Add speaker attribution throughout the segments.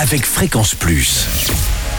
Speaker 1: avec Fréquence Plus.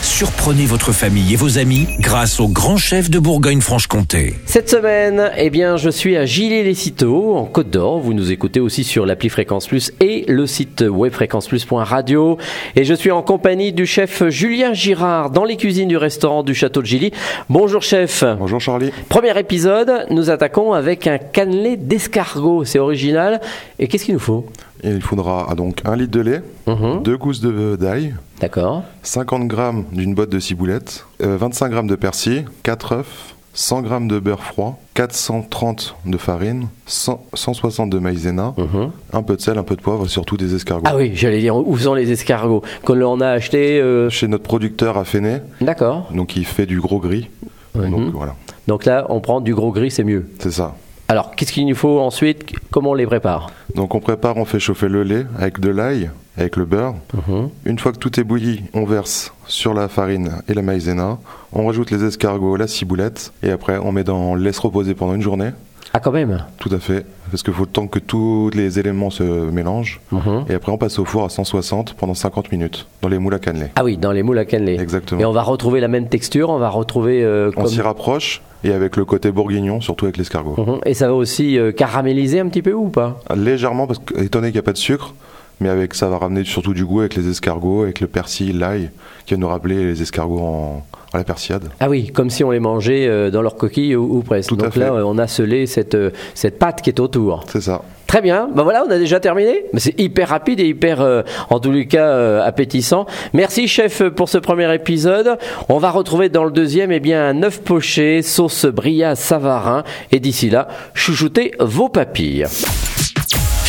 Speaker 1: Surprenez votre famille et vos amis grâce au grand chef de Bourgogne-Franche-Comté.
Speaker 2: Cette semaine, eh bien, je suis à Gilles-les-Citeaux, en Côte d'Or. Vous nous écoutez aussi sur l'appli Fréquence Plus et le site webfréquenceplus.radio. Et je suis en compagnie du chef Julien Girard dans les cuisines du restaurant du Château de Gilly. Bonjour chef.
Speaker 3: Bonjour Charlie.
Speaker 2: Premier épisode, nous attaquons avec un cannelé d'escargot. C'est original. Et qu'est-ce qu'il nous faut
Speaker 3: Et il faudra ah, donc un litre de lait,
Speaker 2: Mhm.
Speaker 3: deux gousses de- d'ail,
Speaker 2: D'accord.
Speaker 3: 50 grammes d'une botte de ciboulette, euh, 25 grammes de persil, 4 œufs, 100 grammes de beurre froid, 430 de farine, 100 160 de maïzena, un peu de sel, un peu de poivre et surtout des escargots.
Speaker 2: Ah oui, j'allais dire, où sont les escargots Qu'on l'on a acheté. euh,
Speaker 3: Chez notre producteur à Féné,
Speaker 2: D'accord.
Speaker 3: donc il fait du gros gris. Donc voilà,
Speaker 2: Donc là, on prend du gros gris, c'est mieux.
Speaker 3: c'est ça.
Speaker 2: Alors, qu'est-ce qu'il nous faut ensuite Comment on les prépare
Speaker 3: Donc on prépare, on fait chauffer le lait avec de l'ail, avec le beurre.
Speaker 2: Mhm.
Speaker 3: Une fois que tout est bouilli, on verse sur la farine et la maïzena. On rajoute les escargots, la ciboulette. Et après, on met dans on laisse reposer pendant une journée.
Speaker 2: Ah, quand même
Speaker 3: Tout à fait. Parce qu'il faut le temps que tous les éléments se mélangent.
Speaker 2: Mhm.
Speaker 3: Et après, on passe au four à 160 pendant 50 minutes dans les moules à cannelés.
Speaker 2: Ah oui, dans les moules à cannelé.
Speaker 3: Exactement.
Speaker 2: Et on va retrouver la même texture, on va retrouver. euh,
Speaker 3: On
Speaker 2: comme-
Speaker 3: s'y rapproche. Et avec le côté bourguignon, surtout avec l'escargot.
Speaker 2: Mhm. Et ça va aussi euh, caraméliser un petit peu ou pas
Speaker 3: Légèrement, parce que, étonné qu'il n'y a pas de sucre, mais avec ça va ramener surtout du goût avec les escargots, avec le persil, l'ail, qui va nous rappeler les escargots en, à la persillade.
Speaker 2: Ah oui, comme si on les mangeait euh, dans leur coquille ou, ou presque.
Speaker 3: Tout à
Speaker 2: Donc
Speaker 3: fait.
Speaker 2: là, euh, on a scellé cette, euh, cette pâte qui est autour.
Speaker 3: C'est ça.
Speaker 2: Très bien, ben voilà, on a déjà terminé. Mais C'est hyper rapide et hyper, euh, en tous les cas, euh, appétissant. Merci chef pour ce premier épisode. On va retrouver dans le deuxième, eh bien, un œuf poché, sauce bria savarin. Et d'ici là, chouchoutez vos papilles.